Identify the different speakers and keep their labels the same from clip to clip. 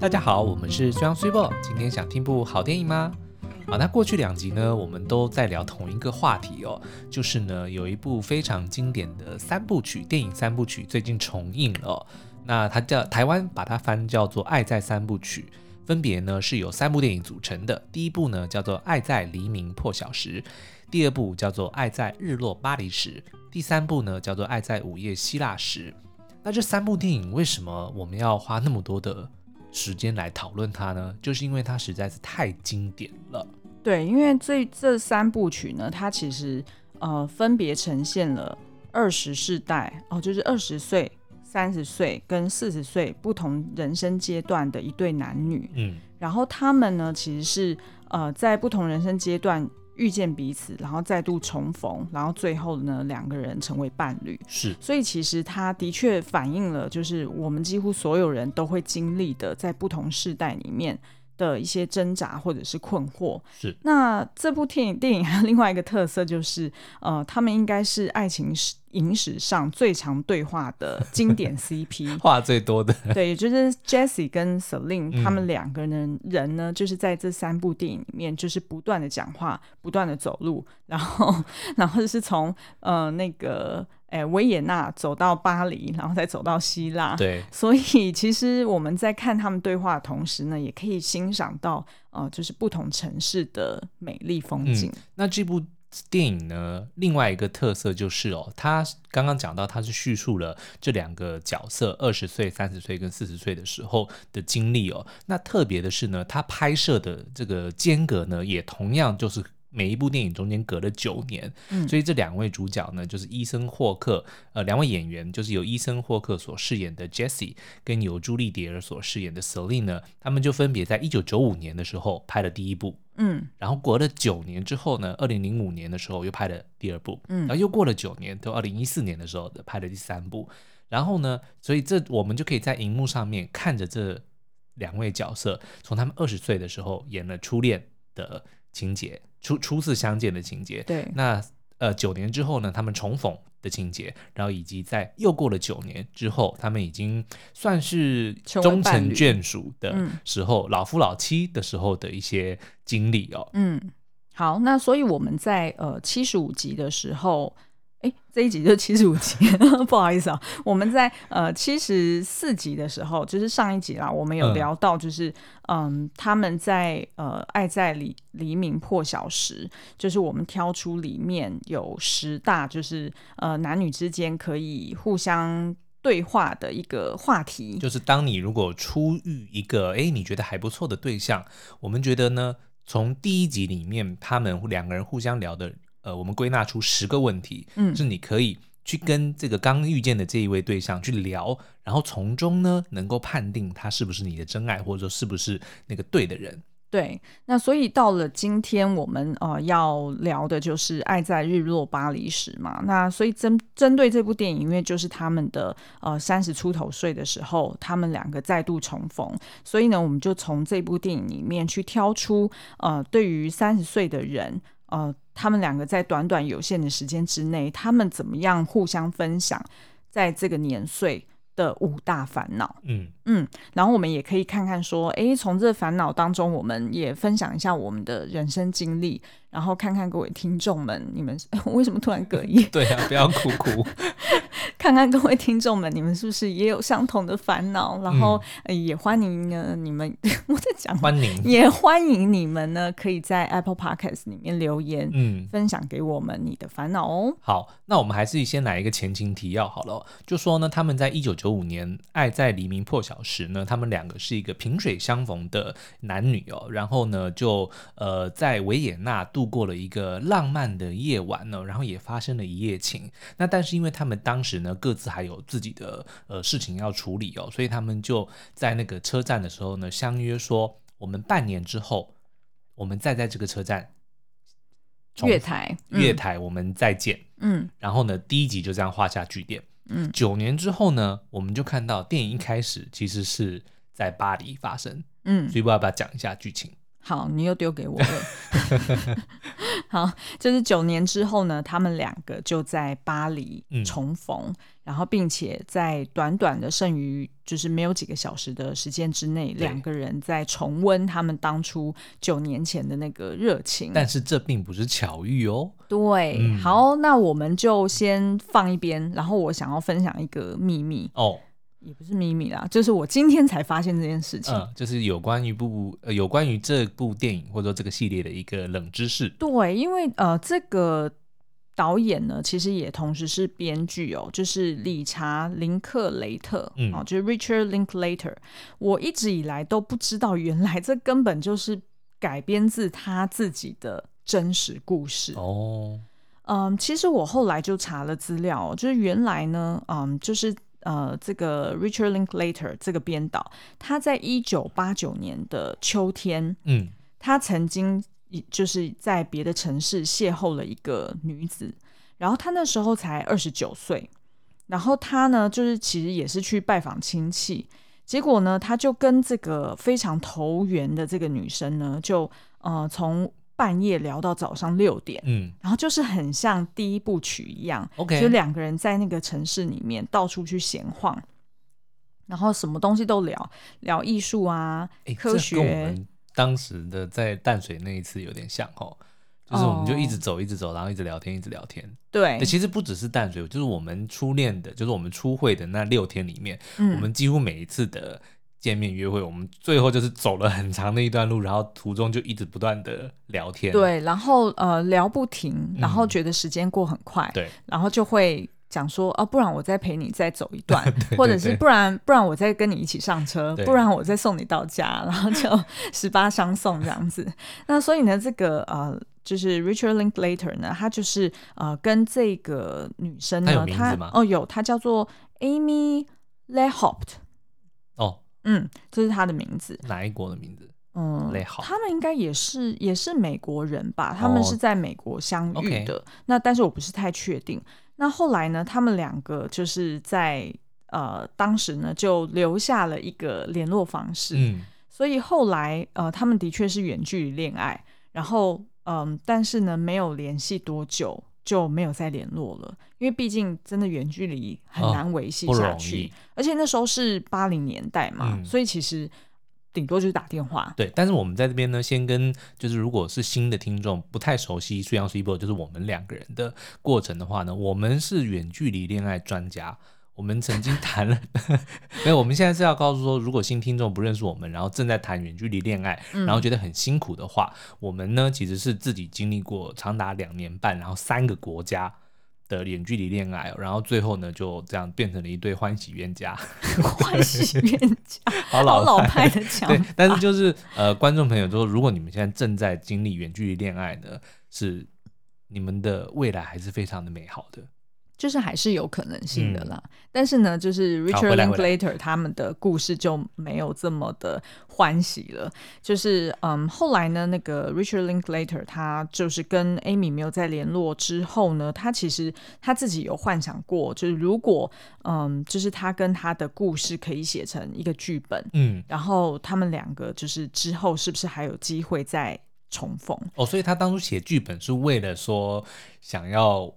Speaker 1: 大家好，我们是虽然 Super，今天想听部好电影吗？啊，那过去两集呢，我们都在聊同一个话题哦，就是呢有一部非常经典的三部曲电影三部曲最近重映了哦，那它叫台湾把它翻叫做《爱在三部曲》。分别呢是由三部电影组成的。第一部呢叫做《爱在黎明破晓时》，第二部叫做《爱在日落巴黎时》，第三部呢叫做《爱在午夜希腊时》。那这三部电影为什么我们要花那么多的时间来讨论它呢？就是因为它实在是太经典了。
Speaker 2: 对，因为这这三部曲呢，它其实呃分别呈现了二十世代哦，就是二十岁、三十岁跟四十岁不同人生阶段的一对男女。
Speaker 1: 嗯，
Speaker 2: 然后他们呢，其实是呃在不同人生阶段遇见彼此，然后再度重逢，然后最后呢两个人成为伴侣。
Speaker 1: 是
Speaker 2: 所以其实它的确反映了，就是我们几乎所有人都会经历的，在不同世代里面的一些挣扎或者是困惑。
Speaker 1: 是，
Speaker 2: 那这部电影电影还有另外一个特色就是，呃，他们应该是爱情史影史上最常对话的经典 CP。
Speaker 1: 话最多的。
Speaker 2: 对，也就是 Jesse 跟 Celine
Speaker 1: 嗯
Speaker 2: 他们两个人、人呢，就是在这三部电影里面，就是不断的讲话，不断的走路，然后然后是从呃那个诶维也纳走到巴黎，然后再走到希腊。
Speaker 1: 对，
Speaker 2: 所以其实我们在看他们对话的同时呢，也可以欣赏到呃，就是不同城市的美丽风景。
Speaker 1: 那这部电影呢，另外一个特色就是哦，它刚刚讲到，它是叙述了这两个角色二十岁、三十岁跟四十岁的时候的经历哦。那特别的是呢，它拍摄的这个间隔呢，也同样就是。每一部电影中间隔了九年，
Speaker 2: 嗯
Speaker 1: 所以这两位主角呢，就是伊森霍克，呃，两位演员就是由伊森霍克所饰演的 Jesse，跟由朱莉蝶儿所饰演的 Celine 呢，他们就分别在一九九五年的时候拍了第一部，
Speaker 2: 嗯
Speaker 1: 然后隔了九年之后呢，二零零五年的时候又拍了第二部，
Speaker 2: 嗯
Speaker 1: 然后又过了九年，到二零一四年的时候拍了第三部。然后呢，所以这我们就可以在荧幕上面看着这两位角色，从他们二十岁的时候演了初恋的情节，初初次相见的情节，
Speaker 2: 对，
Speaker 1: 那呃，九年之后呢，他们重逢的情节，然后以及在又过了九年之后，他们已经算是
Speaker 2: 成为
Speaker 1: 终
Speaker 2: 伴
Speaker 1: 成
Speaker 2: 侣
Speaker 1: 眷属的
Speaker 2: 嗯
Speaker 1: 时候，老夫老妻的时候的一些经历哦。
Speaker 2: 嗯，好，那所以我们在呃七十五集的时候，哎，这一集就七十五集， 不好意思啊，我们在呃七十四集的时候，就是上一集啦，我们有
Speaker 1: 嗯
Speaker 2: 聊到，就是嗯他们在呃爱在黎黎明破晓时，就是我们挑出里面有十大，就是呃男女之间可以互相对话的一个话题，
Speaker 1: 就是当你如果初遇一个诶你觉得还不错的对象，我们觉得呢，从第一集里面他们两个人互相聊的，呃，我们归纳出十个问题，
Speaker 2: 嗯
Speaker 1: 是你可以去跟这个刚遇见的这一位对象去聊，然后从中呢能够判定他是不是你的真爱，或者说是不是那个对的人。
Speaker 2: 对，那所以到了今天，我们呃要聊的就是《爱在日落巴黎时》嘛。那所以针针对这部电影，因为就是他们的呃三十出头岁的时候，他们两个再度重逢，所以呢，我们就从这部电影里面去挑出呃对于三十岁的人，呃他们两个在短短有限的时间之内，他们怎么样互相分享在这个年岁的五大烦恼。
Speaker 1: 嗯，
Speaker 2: 然后我们也可以看看说，诶，从这烦恼当中，我们也分享一下我们的人生经历，然后看看各位听众们，你们我 为什么突然 哽咽？
Speaker 1: 对啊，不要苦苦。
Speaker 2: 看看各位听众们，你们是不是也有相同的烦恼？然后、呃也欢迎呢，你们 我在讲，
Speaker 1: 嗯欢迎。
Speaker 2: 也欢迎你们呢，可以在 Apple Podcast 里面留言，
Speaker 1: 嗯，
Speaker 2: 分享给我们你的烦恼哦。
Speaker 1: 好，那我们还是先来一个前情提要好了哦，就说呢，他们在一九九五年《爱在黎明破晓时》呢，他们两个是一个萍水相逢的男女哦，然后呢，就呃在维也纳度过了一个浪漫的夜晚呢、然后也发生了一夜情。那但是因为他们当时呢各自还有自己的呃事情要处理哦，所以他们就在那个车站的时候呢，相约说我们半年之后，我们再在这个车站重
Speaker 2: 月台，
Speaker 1: 月台我们再见。
Speaker 2: 嗯，
Speaker 1: 然后呢，第一集就这样画下句点。
Speaker 2: 嗯
Speaker 1: 九年之后呢，我们就看到电影一开始其实是在巴黎发生，
Speaker 2: 嗯嗯，
Speaker 1: 所以我要不要讲一下剧情？
Speaker 2: 好，你又丢给我了。 好，就是九年之后呢，他们两个就在巴黎
Speaker 1: 嗯
Speaker 2: 重逢，然后并且在短短的剩余就是没有几个小时的时间之内，
Speaker 1: 对
Speaker 2: 两个人在重温他们当初九年前的那个热情。
Speaker 1: 但是这并不是巧遇哦。
Speaker 2: 对，
Speaker 1: 嗯
Speaker 2: 好，那我们就先放一边，然后我想要分享一个秘密，
Speaker 1: 哦，
Speaker 2: 也不是秘密啦，就是我今天才发现这件事情。
Speaker 1: 嗯，就是有关于部呃有关于这部电影或者说这个系列的一个冷知识。
Speaker 2: 对，因为呃，这个导演呢，其实也同时是编剧哦，就是理查·林克雷特，
Speaker 1: 嗯
Speaker 2: 哦，就是 Richard Linklater。我一直以来都不知道，原来这根本就是改编自他自己的真实故事。
Speaker 1: 哦，
Speaker 2: 嗯，其实我后来就查了资料哦，就是原来呢，嗯，就是呃，这个 Richard Linklater 这个编导，他在一九八九年的秋天，
Speaker 1: 嗯，
Speaker 2: 他曾经一就是在别的城市邂逅了一个女子，然后他那时候才二十九岁，然后他呢就是其实也是去拜访亲戚，结果呢他就跟这个非常投缘的这个女生呢，就呃从半夜聊到早上六点。
Speaker 1: 嗯
Speaker 2: 然后就是很像第一部曲一样
Speaker 1: ，OK，
Speaker 2: 就两个人在那个城市里面到处去闲晃，然后什么东西都聊，聊艺术啊，
Speaker 1: 诶
Speaker 2: 科
Speaker 1: 这
Speaker 2: 学
Speaker 1: 跟我们当时的在淡水那一次有点像哦，就是我们就一
Speaker 2: 哦
Speaker 1: 直走，一直走，然后一直聊天，一直聊天。
Speaker 2: 对
Speaker 1: 诶，其实不只是淡水，就是我们初恋的，就是我们初会的那六天里面，
Speaker 2: 嗯
Speaker 1: 我们几乎每一次的见面约会，我们最后就是走了很长的一段路，然后途中就一直不断的聊天。
Speaker 2: 对，然后呃聊不停，然后觉得时间过很快，
Speaker 1: 嗯对，
Speaker 2: 然后就会讲说啊，不然我再陪你再走一段，或者是
Speaker 1: 对
Speaker 2: 不然不然我再跟你一起上车，
Speaker 1: 对
Speaker 2: 不然我再送你到家，然 后就十八相送这样子。那所以呢，这个呃。就是 Richard Linklater 呢，他就是呃跟这个女生
Speaker 1: 他有
Speaker 2: 呢，
Speaker 1: 名
Speaker 2: 她
Speaker 1: 字吗
Speaker 2: 哦有，她叫做 Amy Lehopt，
Speaker 1: 哦，
Speaker 2: 嗯，这是她的名字。
Speaker 1: 哪一国的名字？
Speaker 2: 嗯，
Speaker 1: Lehopt
Speaker 2: 他们应该也是也是美国人吧？他们
Speaker 1: 哦
Speaker 2: 是在美国相遇
Speaker 1: OK
Speaker 2: 的。那但是我不是太确定。那后来呢，他们两个就是在呃当时呢就留下了一个联络方式，
Speaker 1: 嗯，
Speaker 2: 所以后来呃他们的确是远距离恋爱，然后嗯，但是呢没有联系多久。就没有再联络了，因为毕竟真的远距离很
Speaker 1: 哦
Speaker 2: 难维系
Speaker 1: 不
Speaker 2: 下
Speaker 1: 容
Speaker 2: 去，
Speaker 1: 易。
Speaker 2: 而且那时候是八零年代嘛，
Speaker 1: 嗯
Speaker 2: 所以其实顶多就是打电话，
Speaker 1: 对，但是我们在这边呢，先跟就是如果是新的听众不太熟悉《苏阳 s u p e 就是我们两个人的过程的话呢，我们是远距离恋爱专家。我们曾经 谈了，没有，我们现在是要告诉说，如果新听众不认识我们，然后正在谈远距离恋爱，
Speaker 2: 嗯
Speaker 1: 然后觉得很辛苦的话，我们呢其实是自己经历过长达两年半，然后三个国家的远距离恋爱哦，然后最后呢就这样变成了一对欢喜冤家，
Speaker 2: 欢喜冤家，
Speaker 1: 好
Speaker 2: 好
Speaker 1: 老
Speaker 2: 老
Speaker 1: 派
Speaker 2: 派的讲
Speaker 1: 对，但是就是呃，观众朋友说，如果你们现在正在经历远距离恋爱呢，是你们的未来还是非常的美好的。
Speaker 2: 就是还是有可能性的啦。但是呢，就是
Speaker 1: 嗯好
Speaker 2: Richard
Speaker 1: 回来回来
Speaker 2: Linklater 他们的故事就没有这么的欢喜了。就是嗯，后来呢，那个 Richard Linklater 他就是跟 Amy 没有再联络之后呢，他其实他自己有幻想过，就是如果嗯，就是他跟他的故事可以写成一个剧本，
Speaker 1: 嗯，
Speaker 2: 然后他们两个就是之后是不是还有机会再重逢？
Speaker 1: 哦，所以他当初写剧本是为了说想要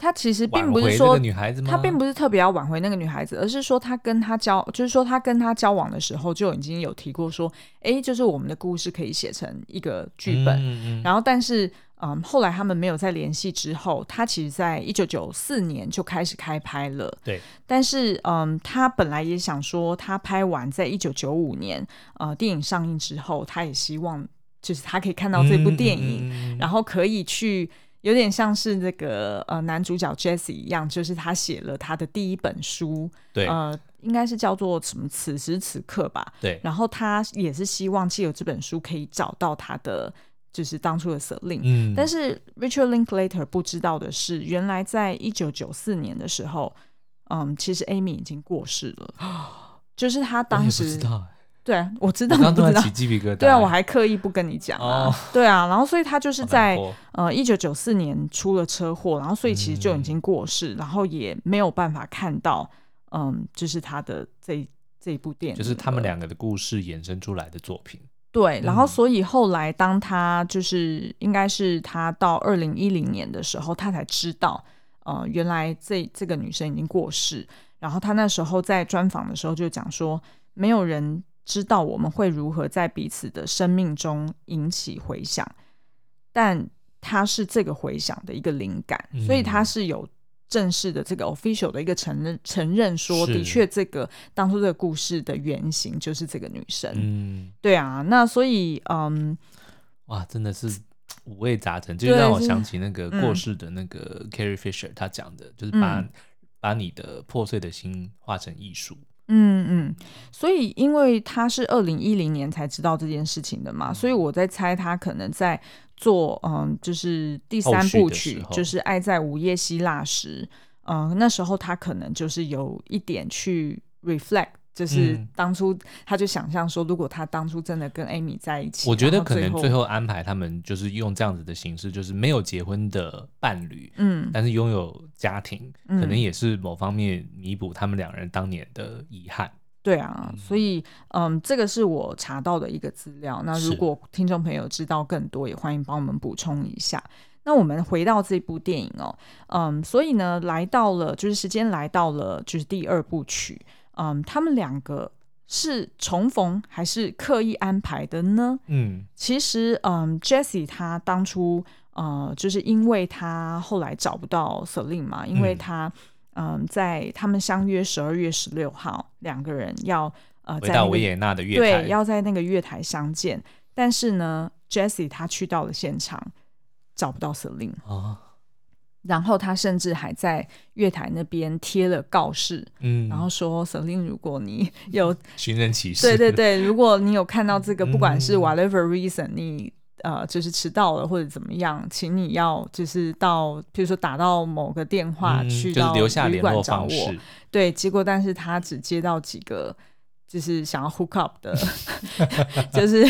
Speaker 2: 他其实并
Speaker 1: 挽
Speaker 2: 不是
Speaker 1: 回这
Speaker 2: 说
Speaker 1: 个女孩子吗？
Speaker 2: 他并不是特别要挽回那个女孩子，而是说他跟他交，就是说他跟他交往的时候就已经有提过说，诶，就是我们的故事可以写成一个剧本。
Speaker 1: 嗯嗯嗯
Speaker 2: 然后，但是，嗯，后来他们没有再联系之后，他其实在一九九四年就开始开拍了。
Speaker 1: 对，
Speaker 2: 但是，嗯，他本来也想说，他拍完在一九九五年，呃，电影上映之后，他也希望就是他可以看到这
Speaker 1: 嗯
Speaker 2: 部电影，
Speaker 1: 影
Speaker 2: 然后可以去，有点像是那个呃男主角 Jesse 一样，就是他写了他的第一本书，
Speaker 1: 对
Speaker 2: 呃，应该是叫做什么“此时此刻”吧。
Speaker 1: 对，
Speaker 2: 然后他也是希望借由这本书可以找到他的就是当初的舍令。
Speaker 1: 嗯，
Speaker 2: 但是 Richard Linklater 不知道的是，原来在一九九四年的时候，嗯，其实 Amy 已经过世了， 就是他
Speaker 1: 我也
Speaker 2: 当
Speaker 1: 不
Speaker 2: 时
Speaker 1: 知 道欸，
Speaker 2: 对啊，我知
Speaker 1: 我
Speaker 2: 道
Speaker 1: 刚刚
Speaker 2: 你
Speaker 1: 突
Speaker 2: 不知
Speaker 1: 然
Speaker 2: 道
Speaker 1: 起，鸡皮疙瘩欸，
Speaker 2: 对啊，我还刻意不跟你讲啊，
Speaker 1: 哦
Speaker 2: 对啊，然后所以他就是
Speaker 1: 好难
Speaker 2: 在
Speaker 1: 过哦
Speaker 2: 呃，一九九四年出了车祸，然后所以其实就已经过世，然后也没有办法看到，嗯，就是他的这一这一部电影了，
Speaker 1: 就是他们两个的故事衍生出来的作品。
Speaker 2: 对，然后
Speaker 1: 嗯
Speaker 2: 所以后来当他就是应该是他到二零一零年的时候，他才知道，呃，原来这这个女生已经过世。然后他那时候在专访的时候就讲说，没有人知道我们会如何在彼此的生命中引起回响，但他是这个回响的一个灵感，
Speaker 1: 嗯
Speaker 2: 所以他是有。正式的这个 official 的一个承认承认说，
Speaker 1: 是
Speaker 2: 的确，这个当初这个故事的原型就是这个女生。
Speaker 1: 嗯，
Speaker 2: 对啊，那所以嗯，
Speaker 1: 哇，真的是五味杂陈，就
Speaker 2: 对
Speaker 1: 让我
Speaker 2: 是
Speaker 1: 想起那个
Speaker 2: 嗯
Speaker 1: 过世的那个 Carrie Fisher，他讲的就是把、
Speaker 2: 嗯
Speaker 1: 把你的破碎的心化成艺术。
Speaker 2: 嗯嗯，所以因为他是二零一零年才知道这件事情的嘛，所以我在猜他可能在做嗯，就是第
Speaker 1: 后
Speaker 2: 三
Speaker 1: 续
Speaker 2: 部
Speaker 1: 的时
Speaker 2: 曲，
Speaker 1: 候
Speaker 2: 就是《爱在午夜希腊》时，嗯，那时候他可能就是有一点去 reflect。就是
Speaker 1: 嗯
Speaker 2: 当初他就想象说，如果他当初真的跟 Amy 在一起，
Speaker 1: 我觉
Speaker 2: 然
Speaker 1: 得
Speaker 2: 后
Speaker 1: 可能最
Speaker 2: 后，
Speaker 1: 后安排他们就是用这样子的形式，就是没有结婚的伴侣，
Speaker 2: 嗯，
Speaker 1: 但是拥有家庭，
Speaker 2: 嗯
Speaker 1: 可能也是某方面弥补他们两人当年的遗憾。
Speaker 2: 对啊，所以嗯，这个是我查到的一个资料。那
Speaker 1: 是
Speaker 2: 如果听众朋友知道更多，也欢迎帮我们补充一下。那我们回到这部电影哦，嗯，所以呢，来到了就是时间来到了就是第二部曲，嗯，他们两个是重逢还是刻意安排的呢？
Speaker 1: 嗯，
Speaker 2: 其实，嗯，Jessie 她当初，呃，就是因为她后来找不到 Selin 嘛，因为
Speaker 1: 嗯
Speaker 2: 她，嗯，在他们相约十二月十六号，两个人要呃
Speaker 1: 回
Speaker 2: 在
Speaker 1: 到
Speaker 2: 那个
Speaker 1: 维也纳的乐
Speaker 2: 对
Speaker 1: 台，
Speaker 2: 要在那个月台相见，但是呢，Jessie 她去到了现场，找不到 Selin，
Speaker 1: 哦，
Speaker 2: 然后她甚至还在月台那边贴了告示，
Speaker 1: 嗯，
Speaker 2: 然后说 Selin，如果你 有
Speaker 1: 寻人启事，
Speaker 2: 对 对对，如果你有看到这个，不管是
Speaker 1: 嗯
Speaker 2: whatever reason，你呃就是迟到了或者怎么样，请你要就是到，比如说打到某个电话、
Speaker 1: 嗯
Speaker 2: 去
Speaker 1: 就
Speaker 2: 到
Speaker 1: 是留下
Speaker 2: 旅
Speaker 1: 联络
Speaker 2: 馆找
Speaker 1: 方
Speaker 2: 我
Speaker 1: 式。，
Speaker 2: 对，结果但是他只接到几个。就是想要 hook up 的，就是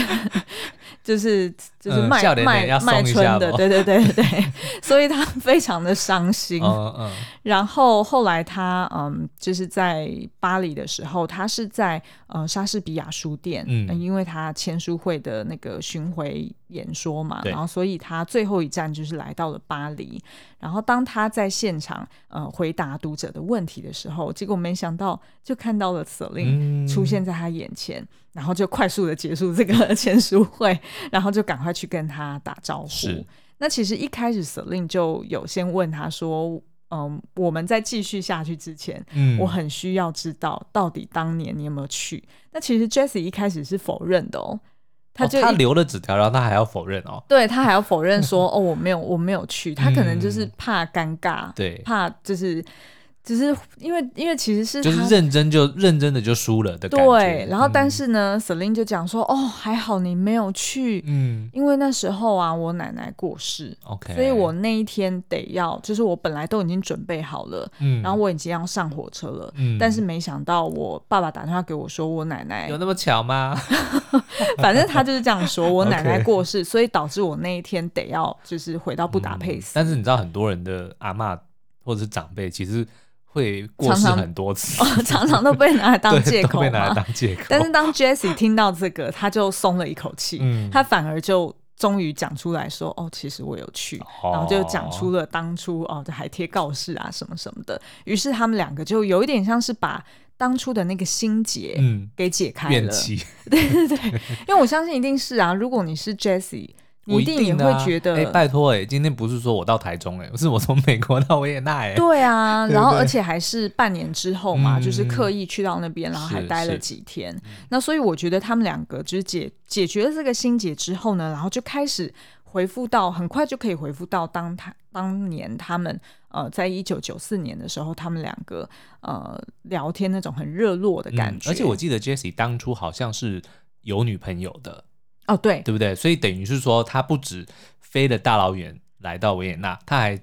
Speaker 2: 就是就是
Speaker 1: 嗯
Speaker 2: 卖、
Speaker 1: 笑脸脸要
Speaker 2: 卖卖
Speaker 1: 送一
Speaker 2: 春
Speaker 1: 下
Speaker 2: 的，
Speaker 1: 咯
Speaker 2: 对对对对，所以他非常的伤心。
Speaker 1: 嗯嗯，
Speaker 2: 然后后来他嗯，就是在巴黎的时候，他是在呃莎士比亚书店，
Speaker 1: 嗯
Speaker 2: 呃因为他签书会的那个巡回演说嘛，
Speaker 1: 对
Speaker 2: 然后所以他最后一站就是来到了巴黎。然后当他在现场呃回答读者的问题的时候，结果没想到就看到了 Celine
Speaker 1: 嗯
Speaker 2: 出现在他眼前，然后就快速的结束这个 签书会，然后就赶快去跟他打招呼
Speaker 1: 是。
Speaker 2: 那其实一开始 Celine 就有先问他说：“嗯，我们在继续下去之前，
Speaker 1: 嗯
Speaker 2: 我很需要知道到底当年你有没有去。”那其实 Jesse 一开始是否认的哦，他
Speaker 1: 哦
Speaker 2: 就一、
Speaker 1: 他留了纸条，然后他还要否认哦，
Speaker 2: 对他还要否 认说：“哦，我没有，我没有去。”他可能就是
Speaker 1: 嗯
Speaker 2: 怕尴尬，
Speaker 1: 对，
Speaker 2: 怕就是就是因为因为其实是
Speaker 1: 就
Speaker 2: 他
Speaker 1: 是认真就认真的就输了的感觉。
Speaker 2: 对，然后但
Speaker 1: 嗯
Speaker 2: 是呢、c e l i n e 就讲说：“哦，还好你没有去，
Speaker 1: 嗯
Speaker 2: 因为那时候啊，我奶奶过世。”
Speaker 1: ，OK，
Speaker 2: 所以我那一天得要，就是我本来都已经准备好了，
Speaker 1: 嗯，
Speaker 2: 然后我已经要上火车了，
Speaker 1: 嗯
Speaker 2: 但是没想到我爸爸打电话给我说，我奶奶
Speaker 1: 有，那么巧吗？
Speaker 2: 反正他就是这 样说，我奶奶
Speaker 1: OK
Speaker 2: 过世，所以导致我那一天得要就是回到布达佩斯。
Speaker 1: 嗯但是你知道很多人的阿嬷或者是长辈其实会过世
Speaker 2: 常常
Speaker 1: 很多次，
Speaker 2: 常常都被拿来当
Speaker 1: 对
Speaker 2: 借
Speaker 1: 都
Speaker 2: 口
Speaker 1: 被拿来
Speaker 2: 嘛，
Speaker 1: 当借口。
Speaker 2: 但是当 Jesse 听到这个，他就松了一口气，
Speaker 1: 嗯
Speaker 2: 他反而就终于讲出来说：“哦，其实我有去。”
Speaker 1: 哦
Speaker 2: 然后就讲出
Speaker 1: 了
Speaker 2: 了当初哦，这还贴告示啊什么什么的。于是他们两个就有一点像是把当初的那个心结
Speaker 1: 嗯
Speaker 2: 给解开
Speaker 1: 怨
Speaker 2: 了，
Speaker 1: 气，
Speaker 2: 因为我相信一定是啊，如果你是 Jessie，你
Speaker 1: 我
Speaker 2: 也
Speaker 1: 的啊
Speaker 2: 会觉得。
Speaker 1: 哎，拜托哎，今天不是说我到台中哎，是我从美国到维也纳哎，
Speaker 2: 对啊，
Speaker 1: 对
Speaker 2: 然后
Speaker 1: 对
Speaker 2: 而且还是半年之后嘛，
Speaker 1: 嗯
Speaker 2: 就是刻意去到那边，然后还
Speaker 1: 是
Speaker 2: 待了
Speaker 1: 是
Speaker 2: 几天。那所以我觉得他们两个就是解解决了这个心结之后呢，然后就开始回复到，很快就可以回复到当他当年他们呃，在一九九四年的时候，他们两个呃聊天那种很热络的
Speaker 1: 嗯
Speaker 2: 感觉。
Speaker 1: 而且我记得 Jessie 当初好像是有女朋友的，
Speaker 2: 哦对
Speaker 1: 对不对？所以等于是说，他不止飞了大老远来到维也纳，他还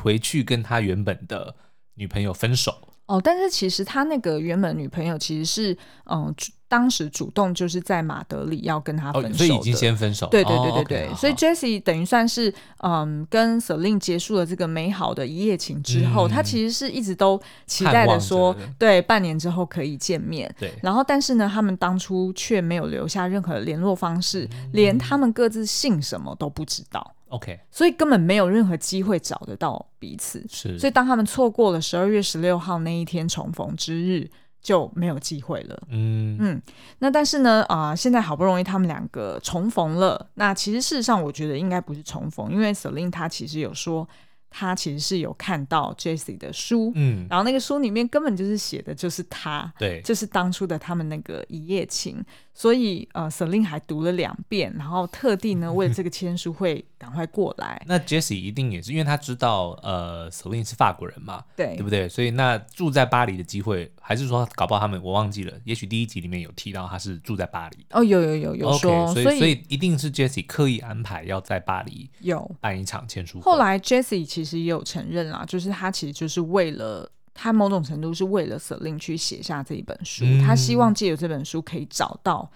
Speaker 1: 回去跟他原本的女朋友分手。
Speaker 2: 哦，但是其实他那个原本女朋友其实是嗯、呃当时主动就是在马德里要跟他分
Speaker 1: 哦，
Speaker 2: 手的，
Speaker 1: 所以已经先分手，
Speaker 2: 对对
Speaker 1: 哦
Speaker 2: 对对
Speaker 1: OK，
Speaker 2: 对，
Speaker 1: 好
Speaker 2: 所以 Jessie 等于算是嗯跟 Celine 结束了这个美好的一夜情之后，
Speaker 1: 嗯
Speaker 2: 他其实是一直都期
Speaker 1: 盼
Speaker 2: 待
Speaker 1: 望
Speaker 2: 的
Speaker 1: 着
Speaker 2: 说
Speaker 1: 的，
Speaker 2: 对，半年之后可以见面。
Speaker 1: 对
Speaker 2: 然后，但是呢，他们当初却没有留下任何联络方式，
Speaker 1: 嗯
Speaker 2: 连他们各自姓什么都不知道，
Speaker 1: OK
Speaker 2: 所以根本没有任何机会找得到彼此。
Speaker 1: 是，
Speaker 2: 所以，当他们错过了十二月十六号那一天重逢之日，就没有机会了。
Speaker 1: 嗯
Speaker 2: 嗯那但是呢，啊、现在好不容易他们两个重逢了。那其实事实上，我觉得应该不是重逢，因为 Celine 她其实有说，她其实是有看到 Jessie 的书，
Speaker 1: 嗯，
Speaker 2: 然后那个书里面根本就是写的就是她，
Speaker 1: 对，
Speaker 2: 就是当初的他们那个一夜情。所以呃，Celine 还读了两遍，然后特地 呢为了这个签书会赶快过来。
Speaker 1: 那 Jesse 一定也是，因为他知道呃 Celine 是法国人嘛，
Speaker 2: 对
Speaker 1: 对不对？所以那住在巴黎的机会，还是说搞不好他们我忘记了，也许第一集里面有提到他是住在巴黎。
Speaker 2: 哦，有有有有
Speaker 1: OK，
Speaker 2: 说
Speaker 1: 所以所以一定是 Jesse 刻意安排要在巴黎
Speaker 2: 有
Speaker 1: 办一场签书会。
Speaker 2: 后来 Jessie 其实也有承认啦，就是他其实就是为了他某种程度是为了 Celine 去写下这一本书，
Speaker 1: 嗯
Speaker 2: 他希望借由这本书可以找到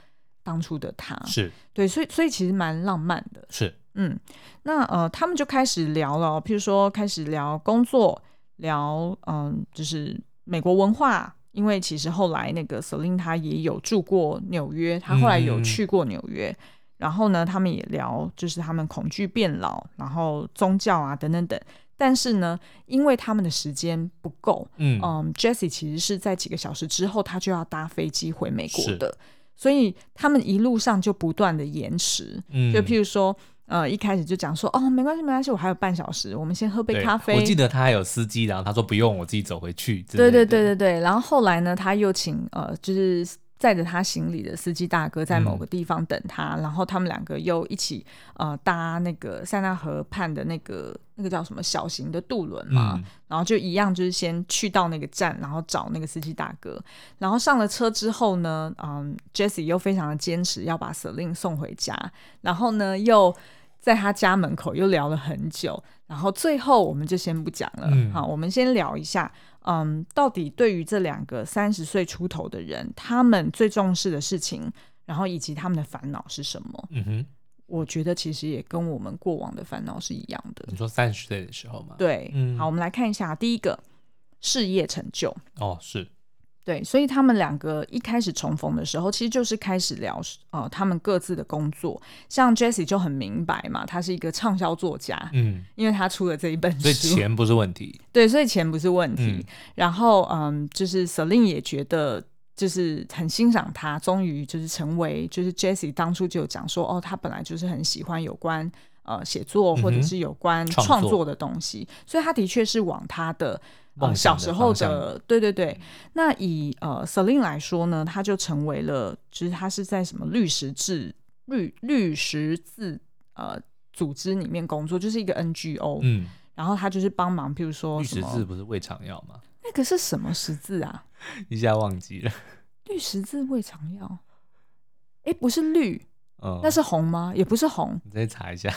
Speaker 2: 当初的他。
Speaker 1: 是
Speaker 2: 对，所以所以其实蛮浪漫的。
Speaker 1: 是
Speaker 2: 嗯，那呃，他们就开始聊了哦，譬如说开始聊工作，聊嗯、就是美国文化。因为其实后来那个 Celine 她也有住过纽约，她后来有
Speaker 1: 嗯
Speaker 2: 去过纽约，然后呢，他们也聊就是他们恐惧变老，然后宗教啊等等等。但是呢，因为他们的时间不够，
Speaker 1: 嗯
Speaker 2: 嗯 j e s s e 其实是在几个小时之后，他就要搭飞机回美国
Speaker 1: 是
Speaker 2: 的，所以他们一路上就不断的延迟。
Speaker 1: 嗯
Speaker 2: 就譬如说，呃，一开始就讲说，哦，没关系，没关系，我还有半小时，我们先喝杯
Speaker 1: 对
Speaker 2: 咖啡。
Speaker 1: 我记得他还有司机，然后他说不用，我自己走回去之类
Speaker 2: 对
Speaker 1: 的。
Speaker 2: 对对对对。然后后来呢，他又请呃，就是载着他行李的司机大哥在某
Speaker 1: 嗯
Speaker 2: 个地方等他，然后他们两个又一起呃搭那个塞纳河畔的那个那个叫什么小型的渡轮嘛，
Speaker 1: 嗯
Speaker 2: 然后就一样就是先去到那个站，然后找那个司机大哥，然后上了车之后呢，嗯，Jesse 又非常的坚持要把 Celine 送回家，然后呢又。在他家门口又聊了很久，然后最后我们就先不讲了。
Speaker 1: 嗯
Speaker 2: 好，我们先聊一下，嗯，到底对于这两个三十岁出头的人，他们最重视的事情，然后以及他们的烦恼是什么？
Speaker 1: 嗯哼，
Speaker 2: 我觉得其实也跟我们过往的烦恼是一样的。
Speaker 1: 你说三十岁的时候嘛？，
Speaker 2: 对，
Speaker 1: 嗯
Speaker 2: 好，我们来看一下第一个事业成就。
Speaker 1: 哦是，
Speaker 2: 对，所以他们两个一开始重逢的时候，其实就是开始聊呃他们各自的工作。像 Jessie 就很明白嘛，他是一个畅销作家，
Speaker 1: 嗯，
Speaker 2: 因为他出了这一本
Speaker 1: 所以
Speaker 2: 书，
Speaker 1: 钱不是问题，
Speaker 2: 对，所以钱不是问题。
Speaker 1: 嗯
Speaker 2: 然后嗯，就是 Celine 也觉得。就是很欣赏他，终于就是成为就是 Jessie 当初就有讲说，哦，他本来就是很喜欢有关呃写作
Speaker 1: 嗯哼
Speaker 2: 或者是有关
Speaker 1: 创
Speaker 2: 创
Speaker 1: 作
Speaker 2: 作的东西，所以他的确是往他的呃
Speaker 1: 梦想
Speaker 2: 小
Speaker 1: 的
Speaker 2: 时候
Speaker 1: 方向嗯
Speaker 2: 的对对对。那以呃 Celine 来说呢，他就成为了就是他是在什么律师制律律师字呃组织里面工作，就是一个 NGO，、
Speaker 1: 嗯，
Speaker 2: 然后他就是帮忙，譬如说
Speaker 1: 玉
Speaker 2: 什
Speaker 1: 石
Speaker 2: 么
Speaker 1: 字不是胃肠药吗？
Speaker 2: 那个是什么十字啊？
Speaker 1: 一下忘记了，
Speaker 2: 绿十字胃肠药？哎，不是绿，
Speaker 1: 嗯，，
Speaker 2: 那是红吗？也不是红
Speaker 1: 你再查一下，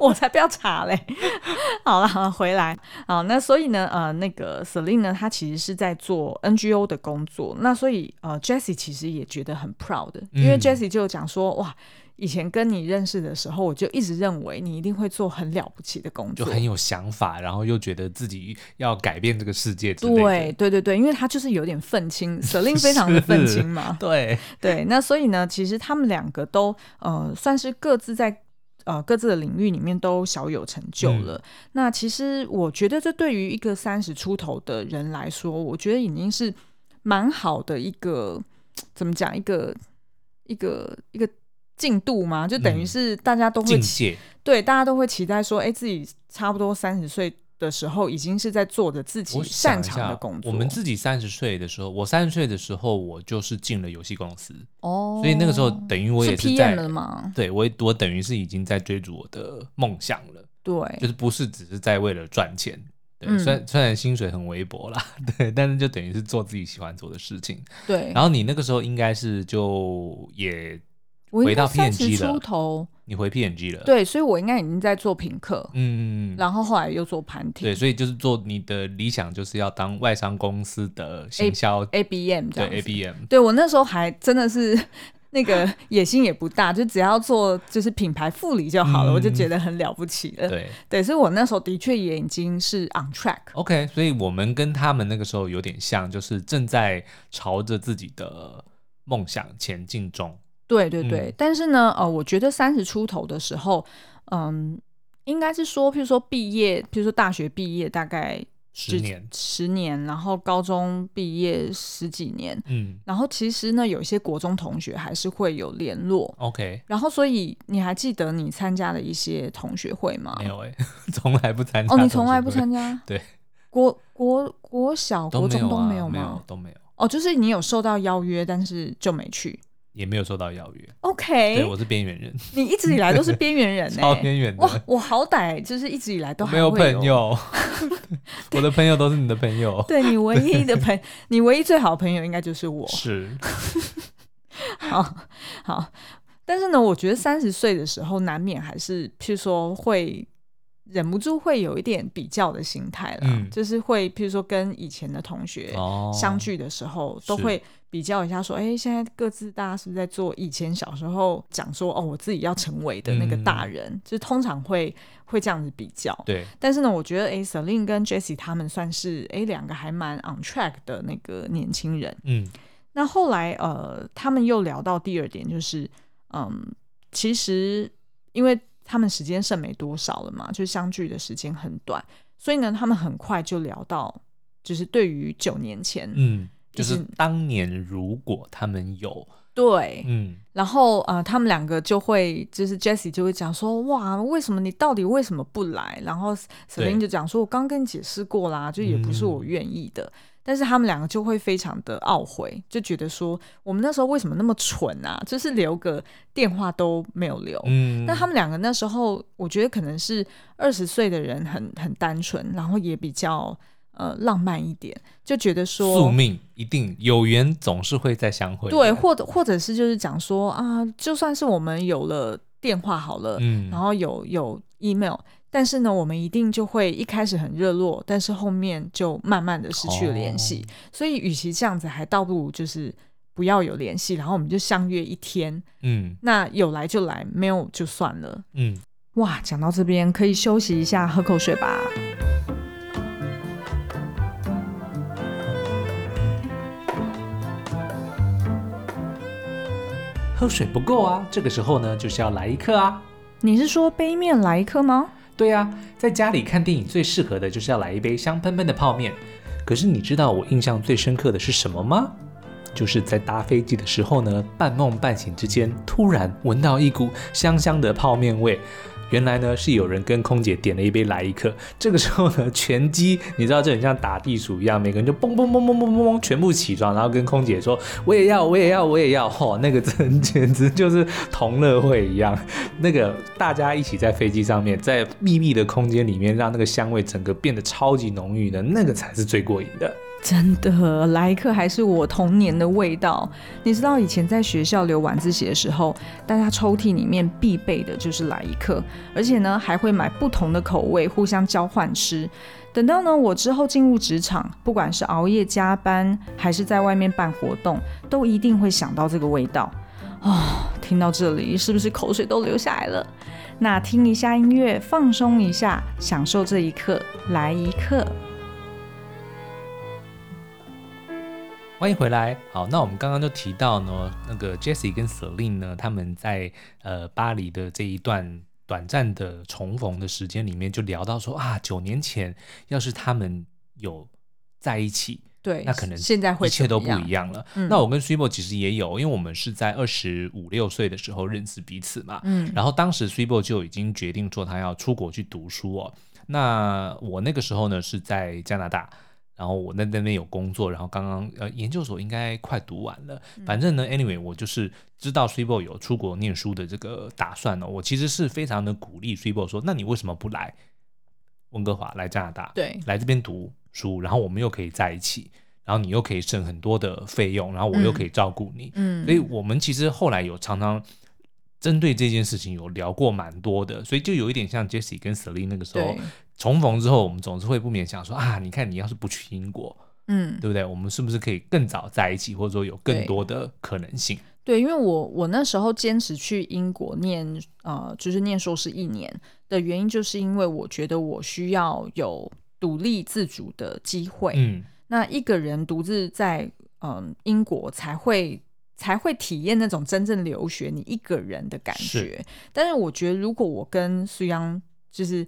Speaker 2: 我才不要查嘞。 好了，好了，回来。好，那所以呢，呃，那个 Celine 呢，她其实是在做 NGO 的工作。那所以呃，Jessie 其实也觉得很 proud，的因为
Speaker 1: 嗯
Speaker 2: Jessie 就有讲说，哇，以前跟你认识的时候，我就一直认为你一定会做很了不起的工
Speaker 1: 就
Speaker 2: 作，
Speaker 1: 很有想法，然后又觉得自己要改变这个世界之类
Speaker 2: 对
Speaker 1: 的。
Speaker 2: 对对对，因为他就是有点 愤青，Celine 非常的愤
Speaker 1: 是
Speaker 2: 青嘛，
Speaker 1: 对，
Speaker 2: 对，那所以呢，其实他们两个都呃，算是各自在呃各自的领域里面都小有成就
Speaker 1: 嗯
Speaker 2: 了。那其实我觉得，这对于一个三十出头的人来说，我觉得已经是蛮好的一个怎么讲，一个一个一个进度嘛，就等于
Speaker 1: 嗯
Speaker 2: 是大家都会
Speaker 1: 境
Speaker 2: 期、
Speaker 1: 界，
Speaker 2: 对大家都会期待说，哎，自己差不多三十岁。的时候已经是在做着自己
Speaker 1: 我想
Speaker 2: 擅
Speaker 1: 一
Speaker 2: 长
Speaker 1: 下
Speaker 2: 的工，作，
Speaker 1: 我们自己三十岁的时候，我三十岁的时候，我就是进了游戏公司，
Speaker 2: 哦，
Speaker 1: 所以那个时候等于我也
Speaker 2: 是
Speaker 1: 是在
Speaker 2: PM 了吗？
Speaker 1: 对我我等于是已经在追逐我的梦想了，
Speaker 2: 对
Speaker 1: 就，是不是只是在为了赚钱。对，
Speaker 2: 嗯
Speaker 1: 虽然虽然薪水很微薄啦， 对，但是就等于是做自己喜欢做的事情。
Speaker 2: 对，
Speaker 1: 然后你那个时候应该是就也
Speaker 2: 我应
Speaker 1: 回到
Speaker 2: 该三十
Speaker 1: P&G 了
Speaker 2: 出头，
Speaker 1: 你回 P&G 了，，
Speaker 2: 对，所以我应该已经在做品客，
Speaker 1: 嗯，
Speaker 2: 然后后来又做盘
Speaker 1: 对，
Speaker 2: 体
Speaker 1: 所以就是做你的理想就是要当外商公司的行销，
Speaker 2: ，ABM 这
Speaker 1: 对
Speaker 2: 样子。
Speaker 1: ABM，
Speaker 2: 对我那时候还真的是那个野心也不大，就只要做就是品牌副理就好了，
Speaker 1: 嗯
Speaker 2: 我就觉得很了不起了。
Speaker 1: 对哦
Speaker 2: 对，所以我那时候的确也已经是 on track。
Speaker 1: ，OK，所以我们跟他们那个时候有点像，就是正在朝着自己的梦想前进中。
Speaker 2: 对对对，
Speaker 1: 嗯
Speaker 2: 但是呢，呃，我觉得三十出头的时候，嗯，应该是说，譬如说毕业，譬如说大学毕业大概
Speaker 1: 十年，
Speaker 2: 十年，然后高中毕业十几年，
Speaker 1: 嗯
Speaker 2: 然后其实呢，有一些国中同学还是会有联络。
Speaker 1: ，OK，
Speaker 2: 然后，所以你还记得你参加的一些同学会吗？
Speaker 1: 没有哎、 从来不参加同学
Speaker 2: 哦，
Speaker 1: 会，
Speaker 2: 你从来不参加？
Speaker 1: 对，
Speaker 2: 国国国小、
Speaker 1: 都
Speaker 2: 国
Speaker 1: 没
Speaker 2: 中
Speaker 1: 有
Speaker 2: 都
Speaker 1: 啊，
Speaker 2: 有
Speaker 1: 没
Speaker 2: 吗？
Speaker 1: 有都没有，
Speaker 2: 哦，就是你有受到邀约，但是就没去。
Speaker 1: 也没有受到邀约。对，
Speaker 2: OK，
Speaker 1: 我是边缘人，
Speaker 2: 你一直以来都是边缘人呢、
Speaker 1: 超边缘
Speaker 2: 哇
Speaker 1: 的，，
Speaker 2: 我好歹就是一直以来都还
Speaker 1: 没有
Speaker 2: 会
Speaker 1: 朋。 友， 我的朋友都是你的朋友，
Speaker 2: 对你唯一的朋， 你唯一最好的朋友应该就是 我。
Speaker 1: 是，
Speaker 2: 好，好。但是呢，我觉得三十岁的时候，难免还是，譬如说会忍不住会有一点比较的心态啦，
Speaker 1: 嗯
Speaker 2: 就是会，譬如说跟以前的同学
Speaker 1: 哦，
Speaker 2: 相聚的时候，都
Speaker 1: 是
Speaker 2: 会比较一下，说，哎、现在各自大家是不是在做以前小时候讲说，哦，我自己要成为的那个大
Speaker 1: 嗯
Speaker 2: 人，就是通常会会这样子比较。
Speaker 1: 对，
Speaker 2: 但是呢，我觉得诶 c e l i n e 跟 Jessie 他们算是诶两个还蛮 on track 的那个年轻人。
Speaker 1: 嗯，
Speaker 2: 那后来呃，他们又聊到第二点，就是嗯，其实因为他们时间剩没多少了嘛，就是相聚的时间很短，所以呢，他们很快就聊到，就是对于九年前，
Speaker 1: 嗯，就
Speaker 2: 就是是
Speaker 1: 当年如果他们有，
Speaker 2: 对，
Speaker 1: 嗯，
Speaker 2: 然后呃，他们两个就会就是 Jessie 就会讲说，哇，为什么你到底为什么不来？然后 Celine 就讲说，我刚跟你解释过啦，就也不是我愿意的。但是他们两个就会非常的懊悔，就觉得说，我们那时候为什么那么蠢啊？就是留个电话都没有留。
Speaker 1: 嗯，
Speaker 2: 那他们两个那时候，我觉得可能是二十岁的人很很单纯，然后也比较呃浪漫一点，就觉得说
Speaker 1: 宿命一定有缘，总是会再相会的，
Speaker 2: 对，或者或者是就是讲说啊，就算是我们有了电话好了，
Speaker 1: 嗯，
Speaker 2: 然后有有 email，但是呢，我们一定就会一开始很热络，但是后面就慢慢的失去了联系。所以，与其这样子，还倒不如就是不要有联系，然后我们就相约一天，
Speaker 1: 嗯
Speaker 2: 那有来就来，没有就算了。
Speaker 1: 嗯，
Speaker 2: 哇，讲到这边可以休息一下，喝口水吧。
Speaker 1: 喝水不够啊，这个时候呢就是要来一刻啊。
Speaker 2: 你是说杯面来一颗吗？
Speaker 1: 对啊，在家里看电影最适合的就是要来一杯香喷喷的泡面。可是你知道我印象最深刻的是什么吗？就是在搭飞机的时候呢，半梦半醒之间，突然闻到一股香香的泡面味。原来呢是有人跟空姐点了一杯来一客，这个时候呢全机，你知道这很像打地鼠一样，每个人就嘣嘣嘣嘣嘣嘣嘣全部起床，然后跟空姐说我也要我也要我也要，嚯、那个真简直就是同乐会一样，那个大家一起在飞机上面，在密闭的空间里面，让那个香味整个变得超级浓郁的，那个才是最过瘾的。
Speaker 2: 真的，来客还是我童年的味道。你知道以前在学校留晚自习的时候，大家抽屉里面必备的就是来客，而且呢还会买不同的口味互相交换吃。等到呢我之后进入职场，不管是熬夜加班，还是在外面办活动，都一定会想到这个味道。哦，听到这里是不是口水都流下来了？那听一下音乐，放松一下，享受这一刻，来一刻。
Speaker 1: 欢迎回来。好，那我们刚刚就提到呢，那个 Jessie 跟 Celine 呢，他们在呃巴黎的这一段短暂的重逢的时间里面，就聊到说啊，九年前要是他们有在一起，
Speaker 2: 对，
Speaker 1: 那可能
Speaker 2: 现在会
Speaker 1: 一切
Speaker 2: 怎
Speaker 1: 都
Speaker 2: 么
Speaker 1: 不
Speaker 2: 样
Speaker 1: 一样了。
Speaker 2: 嗯
Speaker 1: 那我跟 s u b o 其实也有，因为我们是在二十五六岁的时候认识彼此嘛。
Speaker 2: 嗯
Speaker 1: 然后当时 s u b o 就已经决定说他要出国去读书哦。那我那个时候呢是在加拿大，然后我那那边有工作，然后刚刚呃研究所应该快读完了，
Speaker 2: 嗯
Speaker 1: 反正呢，anyway 我就是知道 s u b o 有出国念书的这个打算哦呢、我其实是非常的鼓励 s u b o 说，那你为什么不来温哥华来加拿大？
Speaker 2: 对，
Speaker 1: 来这边读书，然后我们又可以在一起，然后你又可以省很多的费用，然后我又可以照顾你，
Speaker 2: 嗯
Speaker 1: 所以我们其实后来有常常针对这件事情有聊过蛮多的，所以就有一点像 Jesse 跟 Selin 那个时候
Speaker 2: 对，
Speaker 1: 重逢之后，我们总是会不免想说啊，你看你要是不去英国，
Speaker 2: 嗯，
Speaker 1: 对不对？我们是不是可以更早在一起，或者说有更多的可能性？
Speaker 2: 对，因为我我那时候坚持去英国念呃，就是念硕士一年的原因，就是因为我觉得我需要有独立自主的机会。
Speaker 1: 嗯，
Speaker 2: 那一个人独自在嗯、英国才会才会体验那种真正留学你一个人的感觉。但是我觉得，如果我跟苏央就是。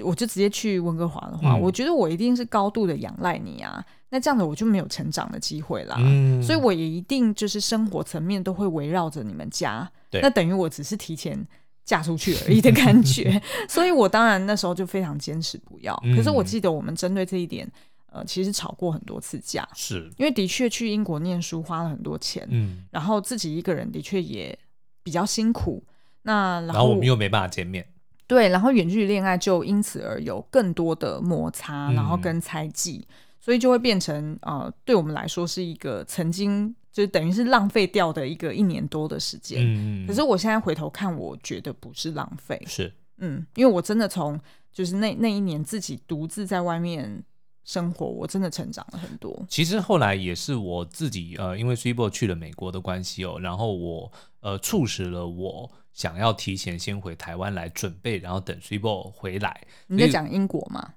Speaker 2: 我就直接去温哥华的话，
Speaker 1: 嗯
Speaker 2: 我觉得我一定是高度的仰赖你啊。那这样子我就没有成长的机会啦。
Speaker 1: 嗯
Speaker 2: 啊所以我也一定就是生活层面都会围绕着你们家，
Speaker 1: 对
Speaker 2: 那等于我只是提前嫁出去而已的 感觉，所以我当然那时候就非常坚持不要。
Speaker 1: 嗯
Speaker 2: 可是我记得我们针对这一点，呃，其实吵过很多次架，
Speaker 1: 是，
Speaker 2: 因为的确去英国念书花了很多钱，
Speaker 1: 嗯，
Speaker 2: 然后自己一个人的确也比较辛苦。那然
Speaker 1: 然后我们又没办法见面，
Speaker 2: 对，然后远距离恋爱就因此而有更多的摩擦，然后
Speaker 1: 嗯
Speaker 2: 跟猜忌，所以就会变成呃，对我们来说是一个曾经就是等于是浪费掉的一个一年多的时间。
Speaker 1: 嗯，
Speaker 2: 可是我现在回头看，我觉得不是浪费，
Speaker 1: 是，
Speaker 2: 嗯，因为我真的从就是那那一年自己独自在外面生活，我真的成长了很多。
Speaker 1: 其实后来也是我自己呃，因为 s u i b o 去了美国的关系哦，然后我呃促使了我想要提前先回台湾来准备，然后等 s u i b o 回来。
Speaker 2: 你在讲英国吗？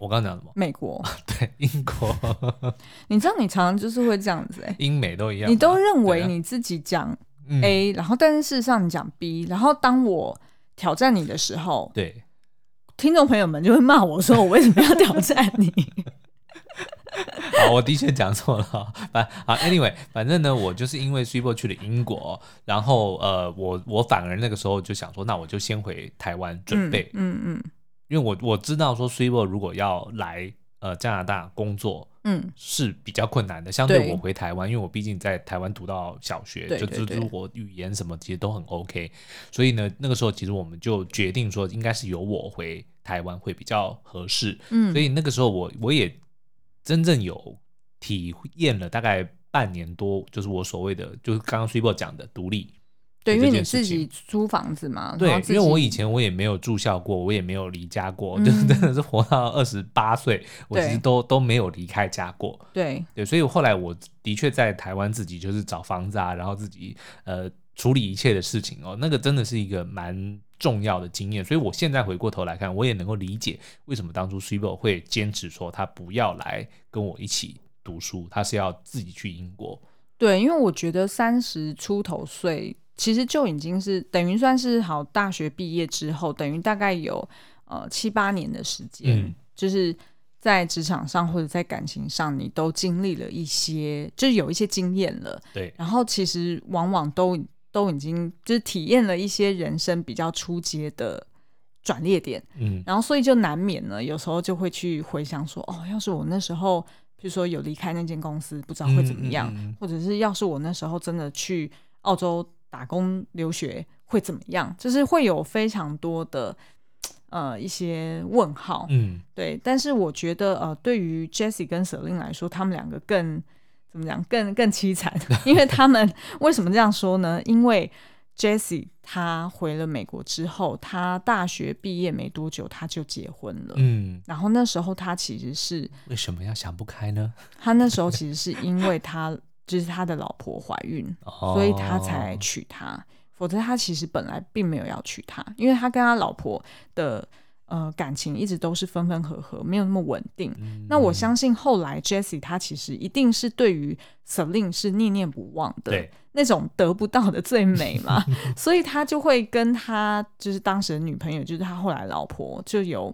Speaker 1: 我刚刚讲什么？
Speaker 2: 美国？
Speaker 1: 对，英国、
Speaker 2: 你知道你常常就是会这样子哎、
Speaker 1: 英美都一样嘛。
Speaker 2: 你都认
Speaker 1: 对
Speaker 2: 为
Speaker 1: 啊
Speaker 2: 你自己讲
Speaker 1: 嗯
Speaker 2: A，然后但是事实上你讲 B，然后当我挑战你的时候，
Speaker 1: 对，
Speaker 2: 听众朋友们就会骂我说我为什么要挑战你？
Speaker 1: 好，我的确讲错了 啊。反好，anyway，反正呢，我就是因为 s u i b o 去了英国，然后呃，我我反而那个时候就想说，那我就先回台湾 准备，
Speaker 2: 嗯嗯
Speaker 1: 因为我我知道说 s u i b o 如果要来呃加拿大工作，
Speaker 2: 嗯嗯，
Speaker 1: 是比较困难的。相对
Speaker 2: 对
Speaker 1: 我回台湾，因为我毕竟在台湾读到小学，
Speaker 2: 对
Speaker 1: 就
Speaker 2: 对
Speaker 1: 就
Speaker 2: 对
Speaker 1: 是我语言什么其实都很 OK，所以呢，那个时候其实我们就决定说，应该是由我回台湾会比较合适。
Speaker 2: 嗯
Speaker 1: 所以那个时候我我也真正有体验了大概半年多，就是我所谓的就是刚刚 s u p e 讲的独立。
Speaker 2: 对，因
Speaker 1: 这
Speaker 2: 为
Speaker 1: 件
Speaker 2: 你自
Speaker 1: 事情
Speaker 2: 己租房子嘛，
Speaker 1: 对
Speaker 2: 嗯然后，自
Speaker 1: 因
Speaker 2: 己
Speaker 1: 为我以前我也没有住校过，我也没有离家过，
Speaker 2: 嗯
Speaker 1: 就是真的是活到二十八岁，我其实
Speaker 2: 对
Speaker 1: 都都没有离开家过。
Speaker 2: 对
Speaker 1: 对，所以后来我的确在台湾自己就是找房子啊，然后自己呃处理一切的事情哦，那个真的是一个蛮重要的经验。所以我现在回过头来看，我也能够理解为什么当初 s u b o 会坚持说他不要来跟我一起读书，他是要自己去英国。
Speaker 2: 对，因为我觉得三十出头岁其实就已经是等于算是好大学毕业之后，等于大概有呃七八年的时间，
Speaker 1: 嗯
Speaker 2: 就是。在职场上或者在感情上，你都经历了一些，就是有一些经验了，
Speaker 1: 对，
Speaker 2: 然后其实往往都都已经就是体验了一些人生比较初阶的转捩点，
Speaker 1: 嗯，
Speaker 2: 然后所以就难免呢，有时候就会去回想说，哦，要是我那时候，比如说有离开那间公司，不知道 会怎么样，
Speaker 1: 嗯嗯嗯
Speaker 2: 或者是要是我那时候真的去澳洲打工留学会怎么样，就是会有非常多的。呃，一些问号，
Speaker 1: 嗯，
Speaker 2: 对，但是我觉得呃，对于 Jesse 跟 Selin 来说，他们两个更怎么讲，更更凄惨， 因为他们为什么这样说呢？因为 Jesse 他回了美国之后，他大学毕业没多久他就结婚了，
Speaker 1: 嗯，
Speaker 2: 然后那时候他其实是
Speaker 1: 为什么要想不开呢？
Speaker 2: 他那时候其实是因为他就是他的老婆怀孕，
Speaker 1: 哦
Speaker 2: 所以他才娶她。否则他其实本来并没有要娶她，因为他跟他老婆的呃感情一直都是分分合合，没有那么稳定。
Speaker 1: 嗯
Speaker 2: 那我相信后来 Jessie 她其实一定是对于 Selin 是念念不忘的
Speaker 1: 对，
Speaker 2: 那种得不到的最美 嘛，所以他就会跟他就是当时的女朋友，就是他后来老婆就有。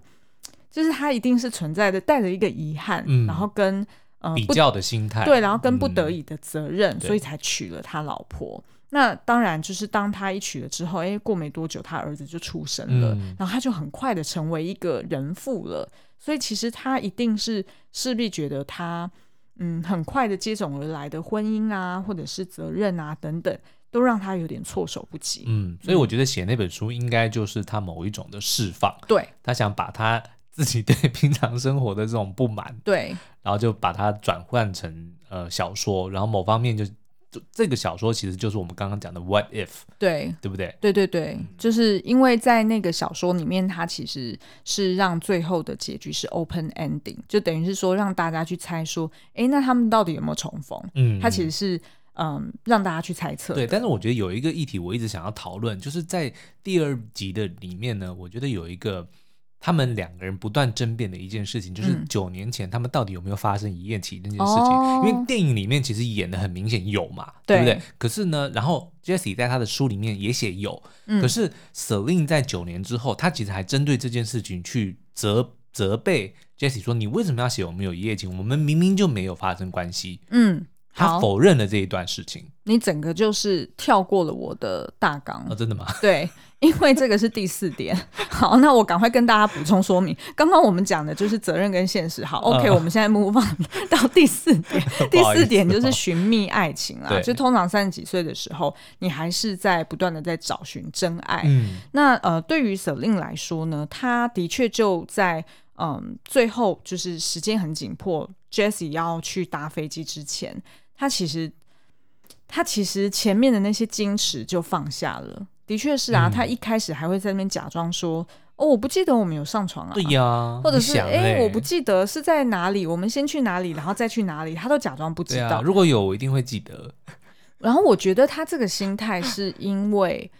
Speaker 2: 就是他一定是存在的，带着一个遗憾，
Speaker 1: 嗯
Speaker 2: 然后跟呃
Speaker 1: 比
Speaker 2: 不
Speaker 1: 较的心态，
Speaker 2: 对，然后跟不得
Speaker 1: 嗯
Speaker 2: 已的责任，
Speaker 1: 对
Speaker 2: 所以才娶了他老婆。那当然，就是当他一娶了之后，哎，过没多久，他儿子就出生了，
Speaker 1: 嗯
Speaker 2: 然后他就很快的成为一个人父了。所以其实他一定是势必觉得他，嗯，很快的接踵而来的婚姻啊，或者是责任啊等等，都让他有点措手不及。
Speaker 1: 嗯，所以我觉得写那本书应该就是他某一种的释放。
Speaker 2: 对
Speaker 1: 他想把他自己对平常生活的这种不满，
Speaker 2: 对
Speaker 1: 然后就把它转换成呃小说，然后某方面就就这个小说其实就是我们刚刚讲的 “what if”，
Speaker 2: 对，
Speaker 1: 对不对？
Speaker 2: 对对对，就是因为在那个小说里面，它其实是让最后的结局是 open ending，就等于是说让大家去猜说，诶，那他们到底有没有重逢？
Speaker 1: 嗯，
Speaker 2: 它其实是嗯让大家去猜 测。
Speaker 1: 对，但是我觉得有一个议题我一直想要讨论，就是在第二集的里面呢，我觉得有一个他们两个人不断争辩的一件事情，就是
Speaker 2: 嗯
Speaker 1: 九年前他们到底有没有发生一夜情这件事情。因为
Speaker 2: 哦
Speaker 1: 电影里面其实演的很明显有嘛，对不对
Speaker 2: 对？
Speaker 1: 可是呢，然后 Jesse i 在他的书里面也写有，
Speaker 2: 嗯
Speaker 1: 可是 Celine 在九年之后，他其实还针对这件事情去责责备 Jesse i 说：“你为什么要写我们有一夜情？我们明明就没有发生关系。”
Speaker 2: 嗯，
Speaker 1: 他
Speaker 2: 好，
Speaker 1: 否认了这一段事情。
Speaker 2: 你整个就是跳过了我的大纲。
Speaker 1: 哦，真的吗？
Speaker 2: 对，因为这个是第四点。好，那我赶快跟大家补充说明，刚刚我们讲的就是责任跟现实。好，OK，、
Speaker 1: 嗯
Speaker 2: 我们现在 move on 到第四点。第
Speaker 1: 好意思
Speaker 2: 四点就
Speaker 1: 哦
Speaker 2: 是寻觅爱情啦，
Speaker 1: 对
Speaker 2: 就通常三十几岁的时候，你还是在不断的在找寻真爱。
Speaker 1: 嗯，
Speaker 2: 那呃，对于 Selin 来说呢，他的确就在嗯，最后就是时间很紧迫，Jesse 要去搭飞机之前，他其实他其实前面的那些矜持就放下了。的确是啊，
Speaker 1: 嗯
Speaker 2: 他一开始还会在那边假装说：“哦，我不记得我们有上床啊。”
Speaker 1: 对呀，
Speaker 2: 或者
Speaker 1: 你
Speaker 2: 是
Speaker 1: 想
Speaker 2: 哎、
Speaker 1: 嘞
Speaker 2: 我不记得是在哪里，我们先去哪里，然后再去哪里，他都假装不知
Speaker 1: 对
Speaker 2: 道。
Speaker 1: 啊，如果有我一定会记得。
Speaker 2: 然后我觉得他这个心态是因为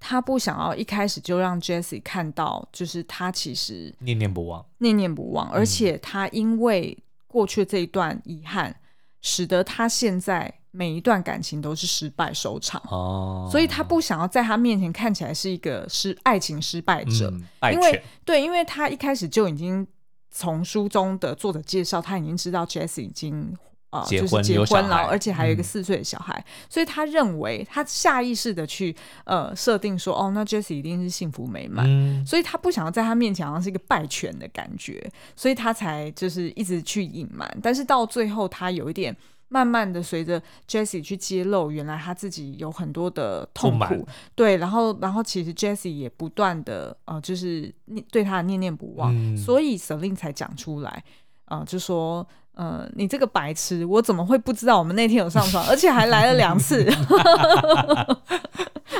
Speaker 2: 他不想要一开始就让 Jesse i 看到，就是他其实
Speaker 1: 念念不忘，
Speaker 2: 念念不忘，而
Speaker 1: 嗯
Speaker 2: 且他因为过去这一段遗憾，使得他现在每一段感情都是失败收场，
Speaker 1: 哦，
Speaker 2: 所以他不想要在他面前看起来是一个失爱情失败者，
Speaker 1: 嗯、败
Speaker 2: 因为
Speaker 1: 犬，
Speaker 2: 对，因为他一开始就已经从书中的作者介绍，他已经知道 Jesse 已经呃
Speaker 1: 结
Speaker 2: 就是
Speaker 1: 婚
Speaker 2: 结
Speaker 1: 有小
Speaker 2: 婚了，
Speaker 1: 孩
Speaker 2: 而且还有一个
Speaker 1: 嗯
Speaker 2: 四岁的小孩，所以他认为他下意识的去呃设定说，哦，那 Jesse 一定是幸福美满。
Speaker 1: 嗯，
Speaker 2: 所以他不想要在他面前好像是一个败犬的感觉，所以他才就是一直去隐瞒。但是到最后，他有一点慢慢的随着 Jesse 去揭露，原来他自己有很多的痛
Speaker 1: 不满
Speaker 2: 苦，对，然后然后其实 Jesse 也不断的呃，就是念对他的念念不忘，
Speaker 1: 嗯
Speaker 2: 所以 Selin 才讲出来，呃，就说。呃，你这个白痴，我怎么会不知道我们那天有上床，而且还来了两次？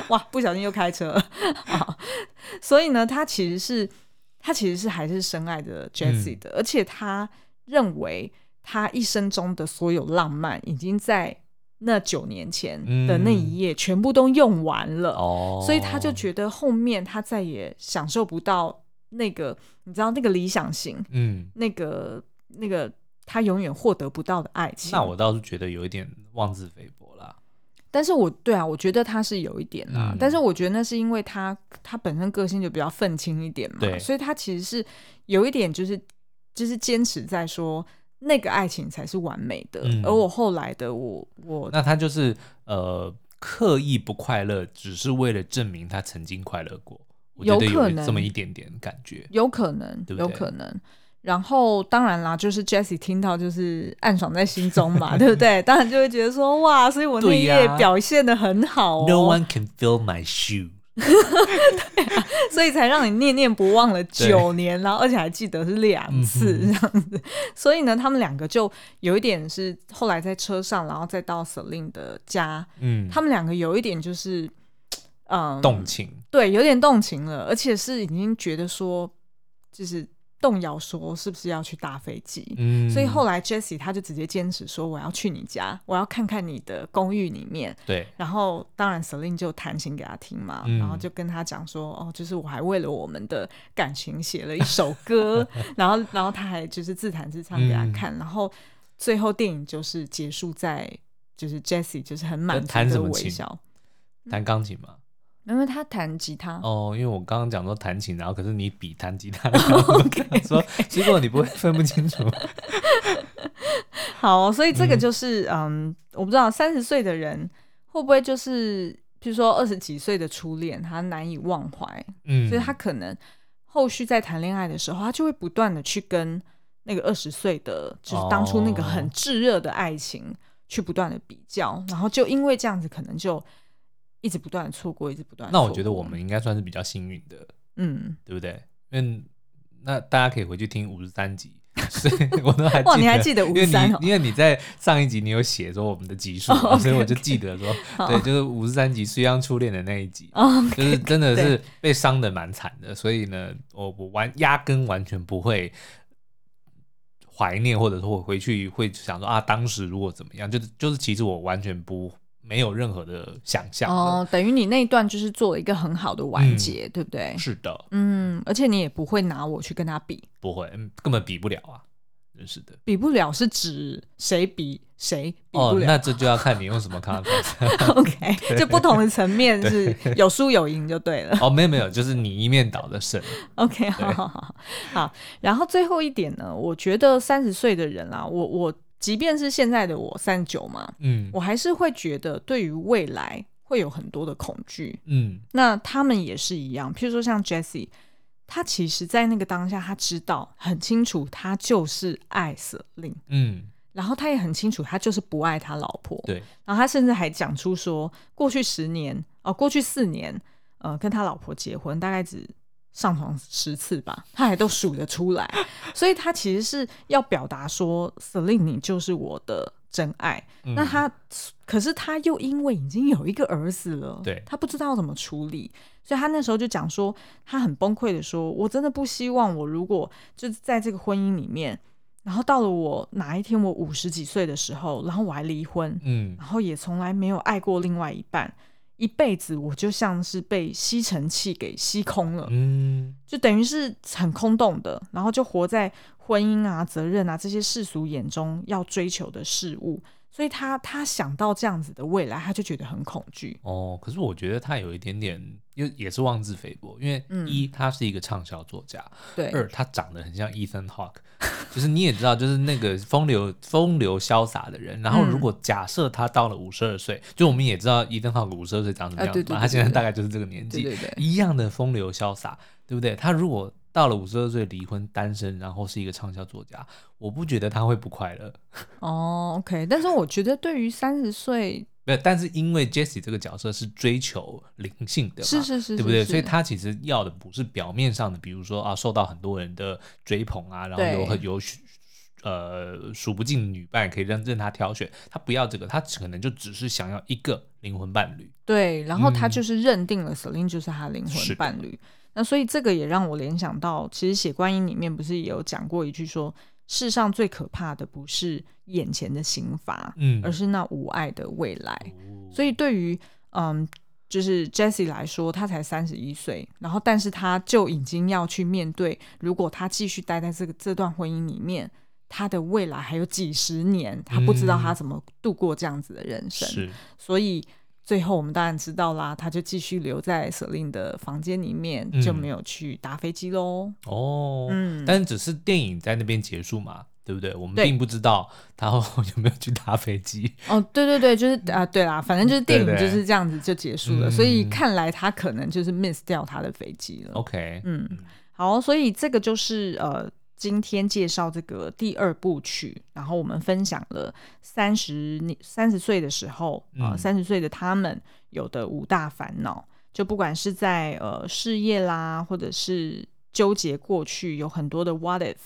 Speaker 2: 哇，不小心又开车了。好所以呢，他其实是他其实是还是深爱着
Speaker 1: 嗯
Speaker 2: Jesse 的，而且他认为他一生中的所有浪漫已经在那九年前的那一夜全部都用完了，
Speaker 1: 嗯哦，
Speaker 2: 所以他就觉得后面他再也享受不到那个你知道那个理想型，
Speaker 1: 嗯，
Speaker 2: 那个那个他永远获得不到的爱情。
Speaker 1: 那我倒是觉得有一点妄自菲薄啦。
Speaker 2: 但是我对啊，我觉得他是有一点啦，
Speaker 1: 嗯
Speaker 2: 但是我觉得那是因为他他本身个性就比较愤青一点嘛
Speaker 1: 对，
Speaker 2: 所以他其实是有一点就是就是坚持在说那个爱情才是完美的，
Speaker 1: 嗯
Speaker 2: 而我后来的我我
Speaker 1: 那他就是呃刻意不快乐，只是为了证明他曾经快乐过。我觉
Speaker 2: 有
Speaker 1: 得有
Speaker 2: 可
Speaker 1: 一
Speaker 2: 能
Speaker 1: 这么一点点感觉，
Speaker 2: 有可能
Speaker 1: 对不对
Speaker 2: 有可能。然后当然啦，就是 Jesse 听到就是暗爽在心中 嘛，对不对？当然就会觉得说哇，所以我那
Speaker 1: 对
Speaker 2: 一
Speaker 1: 呀
Speaker 2: 夜表现的很好、哦
Speaker 1: No one can fill my shoe。
Speaker 2: 所以才让你念念不忘了
Speaker 1: 对嗯
Speaker 2: 九年，然后而且还记得是两次这样子。所以呢，他们两个就有一点是后来在车上，然后再到 Selin 的家，
Speaker 1: 嗯，
Speaker 2: 他们两个有一点就是，嗯，
Speaker 1: 动情，
Speaker 2: 对，有点动情了，而且是已经觉得说，就是动摇说是不是要去搭飞机。
Speaker 1: 嗯，
Speaker 2: 所以后来 Jesse 他就直接坚持说我要去你家，我要看看你的公寓里面，
Speaker 1: 对，
Speaker 2: 然后当然 Selin 就弹琴给他听嘛，
Speaker 1: 嗯
Speaker 2: 然后就跟他讲说，哦，就是我还为了我们的感情写了一首 歌，然后然后他还就是自弹自唱给他看，
Speaker 1: 嗯
Speaker 2: 然后最后电影就是结束在就是 Jesse 就是很满足
Speaker 1: 呃弹什
Speaker 2: 的
Speaker 1: 么
Speaker 2: 微
Speaker 1: 琴
Speaker 2: 笑，嗯
Speaker 1: 弹钢琴嘛。
Speaker 2: 因为他弹吉他，
Speaker 1: 哦，因为我刚刚讲说弹琴，然后可是你比弹吉 他的高度，我
Speaker 2: 哦
Speaker 1: 说结果你不会分不清楚。
Speaker 2: 好，所以这个就是嗯我不知道三十岁的人会不会就是。比如说二十几岁的初恋，他难以忘怀，
Speaker 1: 嗯，
Speaker 2: 所以他可能后续在谈恋爱的时候，他就会不断的去跟那个二十岁的，就是当初那
Speaker 1: 哦
Speaker 2: 个很炙热的爱情去不断的比较，然后就因为这样子，可能就一直不断的错过，一直不断地
Speaker 1: 那
Speaker 2: 错过。
Speaker 1: 我觉得我们应该算是比较幸运的，
Speaker 2: 嗯，
Speaker 1: 对不对？因为那大家可以回去听五十三集， 所以我都还记得。
Speaker 2: 哇你还记得
Speaker 1: 因为
Speaker 2: 53哦
Speaker 1: 你因为你在上一集你有写说我们的集数嘛，
Speaker 2: 哦，OK，OK
Speaker 1: 所以我就记得说，
Speaker 2: 好
Speaker 1: 对，就是五十三集《虽央初恋》的那一集。
Speaker 2: 哦，OK，
Speaker 1: 就是真的
Speaker 2: 对
Speaker 1: 是被伤的蛮惨的，所以呢，我我完压根完全不会怀念，或者说我回去会想说啊，当时如果怎么样，就是就是其实我完全不没有任何的想象的。
Speaker 2: 哦，等于你那一段就是做了一个很好的
Speaker 1: 嗯
Speaker 2: 完结，对不对？
Speaker 1: 是的，
Speaker 2: 嗯，而且你也不会拿我去跟他比，
Speaker 1: 不会，嗯根本比不了啊，真是的。
Speaker 2: 比不了是指谁比谁比
Speaker 1: 哦
Speaker 2: 不，了、
Speaker 1: 那这就要看你用什么 context。
Speaker 2: o k 就不同的层面是有输有赢就对了。
Speaker 1: 哦，没有没有，就是你一面倒的胜。
Speaker 2: OK，好好好好。然后最后一点呢，我觉得三十岁的人啦、啊我我即便是现在的我三十九嘛，
Speaker 1: 嗯
Speaker 2: 我还是会觉得对于未来会有很多的恐惧。
Speaker 1: 嗯
Speaker 2: 那他们也是一样，譬如说像 Jesse，他其实在那个当下，他知道很清楚，他就是爱瑟琳，
Speaker 1: 嗯，
Speaker 2: 然后他也很清楚，他就是不爱他老婆。
Speaker 1: 对，
Speaker 2: 然后他甚至还讲出说，过去十年哦、过去四年，呃，跟他老婆结婚大概只上床十次吧，他还都数得出来。 所以他其实是要表达说，Celine 你就是我的真爱。
Speaker 1: 嗯
Speaker 2: 那他可是他又因为已经有一个儿子了，
Speaker 1: 对
Speaker 2: 他不知道怎么处理，所以他那时候就讲说，他很崩溃的说，我真的不希望我如果就是在这个婚姻里面。然后到了我哪一天我五十几岁的时候，然后我还离婚，
Speaker 1: 嗯
Speaker 2: 然后也从来没有爱过另外一半，一辈子我就像是被吸尘器给吸空了，
Speaker 1: 嗯
Speaker 2: 就等于是很空洞的，然后就活在婚姻啊、责任啊这些世俗眼中要追求的事物，所以他他想到这样子的未来，他就觉得很恐惧。
Speaker 1: 哦，可是我觉得他有一点点，又也是妄自菲薄，因为
Speaker 2: 嗯
Speaker 1: 一他是一个畅销作家，
Speaker 2: 对，
Speaker 1: 二他长得很像 Ethan Hawke，就是 你也知道，就是那个风流风流潇洒的人。然后
Speaker 2: 嗯
Speaker 1: 如果假设他到了五十二岁，就我们也知道 Ethan Hawke 五十二岁长什么
Speaker 2: 啊
Speaker 1: 样子
Speaker 2: 对
Speaker 1: 嘛，
Speaker 2: 对对
Speaker 1: 他现在
Speaker 2: 对对
Speaker 1: 大概就是这个年纪，
Speaker 2: 对对对
Speaker 1: 一样的风流潇洒，对不对？他如果到了五十二岁离婚单身，然后是一个畅销作家，我不觉得他会不快乐。
Speaker 2: 哦，OK，但是我觉得对于三十岁，
Speaker 1: 没有，但是因为 Jesse 这个角色是追求灵性的嘛，
Speaker 2: 是是是，
Speaker 1: 对不对？
Speaker 2: 是
Speaker 1: 所以他其实要的不是表面上的，比如说啊，受到很多人的追捧啊，然后
Speaker 2: 对
Speaker 1: 有很有许呃数不尽女伴可以任任他挑选，他不要这个，他可能就只是想要一个灵魂伴侣。
Speaker 2: 对，然后他
Speaker 1: 嗯
Speaker 2: 就是认定了 Celine 就是他灵
Speaker 1: 是的
Speaker 2: 魂伴侣。那所以这个也让我联想到，其实《写观音》里面不是也有讲过一句说，世上最可怕的不是眼前的刑罚，
Speaker 1: 嗯
Speaker 2: 而是那无爱的未来。
Speaker 1: 哦
Speaker 2: 所以对于嗯，就是 Jesse 来说，他才三十一岁，然后但是他就已经要去面对，如果他继续待在这个这段婚姻里面，他的未来还有几十年，他不知道他
Speaker 1: 嗯
Speaker 2: 怎么度过这样子的人生。
Speaker 1: 是
Speaker 2: 所以最后我们当然知道啦，他就继续留在舍令的房间里面，
Speaker 1: 嗯
Speaker 2: 就没有去搭飞机喽。
Speaker 1: 哦，
Speaker 2: 嗯，
Speaker 1: 但只是电影在那边结束嘛，对不对？我们
Speaker 2: 对
Speaker 1: 并不知道他 后有没有去搭飞机。
Speaker 2: 哦，对对对，就是啊、对啦，反正就是电影
Speaker 1: 嗯对对
Speaker 2: 就是这样子就结束了，
Speaker 1: 嗯
Speaker 2: 所以看来他可能就是 miss 掉他的飞机了。
Speaker 1: OK，
Speaker 2: 嗯，好，所以这个就是呃。今天介绍这个第二部曲，然后我们分享了三十年三十岁的时候啊，
Speaker 1: 嗯
Speaker 2: 三十、岁的他们有的五大烦恼，就不管是在呃事业啦，或者是纠结过去有很多的 what if，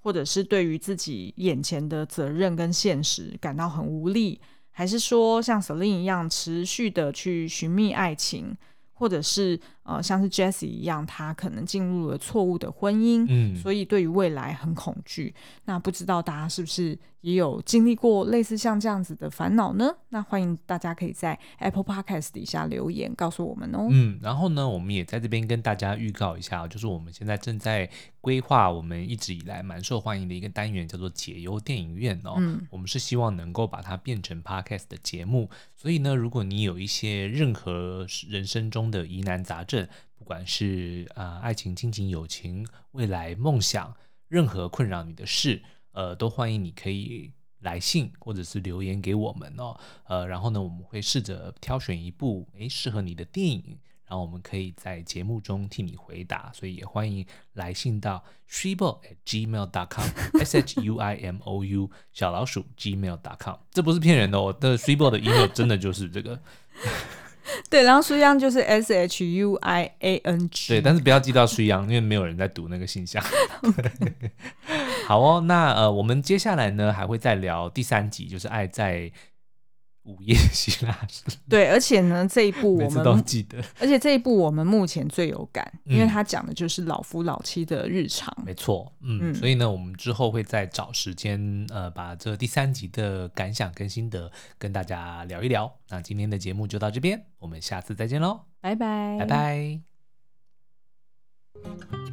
Speaker 2: 或者是对于自己眼前的责任跟现实感到很无力，还是说像 Celine 一样持续的去寻觅爱情，或者是呃像是 Jesse 一样，他可能进入了错误的婚姻，
Speaker 1: 嗯
Speaker 2: 所以对于未来很恐惧。那不知道大家是不是也有经历过类似像这样子的烦恼呢？那欢迎大家可以在 Apple Podcast 底下留言告诉我们哦。
Speaker 1: 嗯，然后呢，我们也在这边跟大家预告一下哦，就是我们现在正在规划我们一直以来蛮受欢迎的一个单元，叫做解忧电影院哦。
Speaker 2: 嗯
Speaker 1: 我们是希望能够把它变成 podcast 的节目，所以呢，如果你有一些任何人生中的疑难杂症，不管是啊、呃爱情、亲情、友情、未来、梦想，任何困扰你的事，呃，都欢迎你可以来信或者是留言给我们哦。呃，然后呢，我们会试着挑选一部诶适合你的电影，然后我们可以在节目中替你回答，所以也欢迎来信到 shimo at gmail.com，s h u i m o u 小老鼠 gmail.com，这不是骗人的哦，我的 shimo 的 email 真的就是这个，
Speaker 2: 对，然后苏央就是 S H U I A N G。
Speaker 1: 对，但是不要寄到 s h 因为没有人在读那个信箱。 好哦，那呃，我们接下来呢还会再聊第三集，就是《爱在午夜希腊》，
Speaker 2: 对，而且呢，这一部
Speaker 1: 每
Speaker 2: 我
Speaker 1: 次都
Speaker 2: 们，
Speaker 1: 记得。
Speaker 2: 而且这一部我们目前最有感，
Speaker 1: 嗯
Speaker 2: 因为它讲的就是老夫老妻的日常。
Speaker 1: 没错，嗯，
Speaker 2: 嗯
Speaker 1: 所以呢，我们之后会再找时间，呃，把这第三集的感想跟心得跟大家聊一聊。那今天的节目就到这边，我们下次再见喽，
Speaker 2: 拜拜，
Speaker 1: 拜拜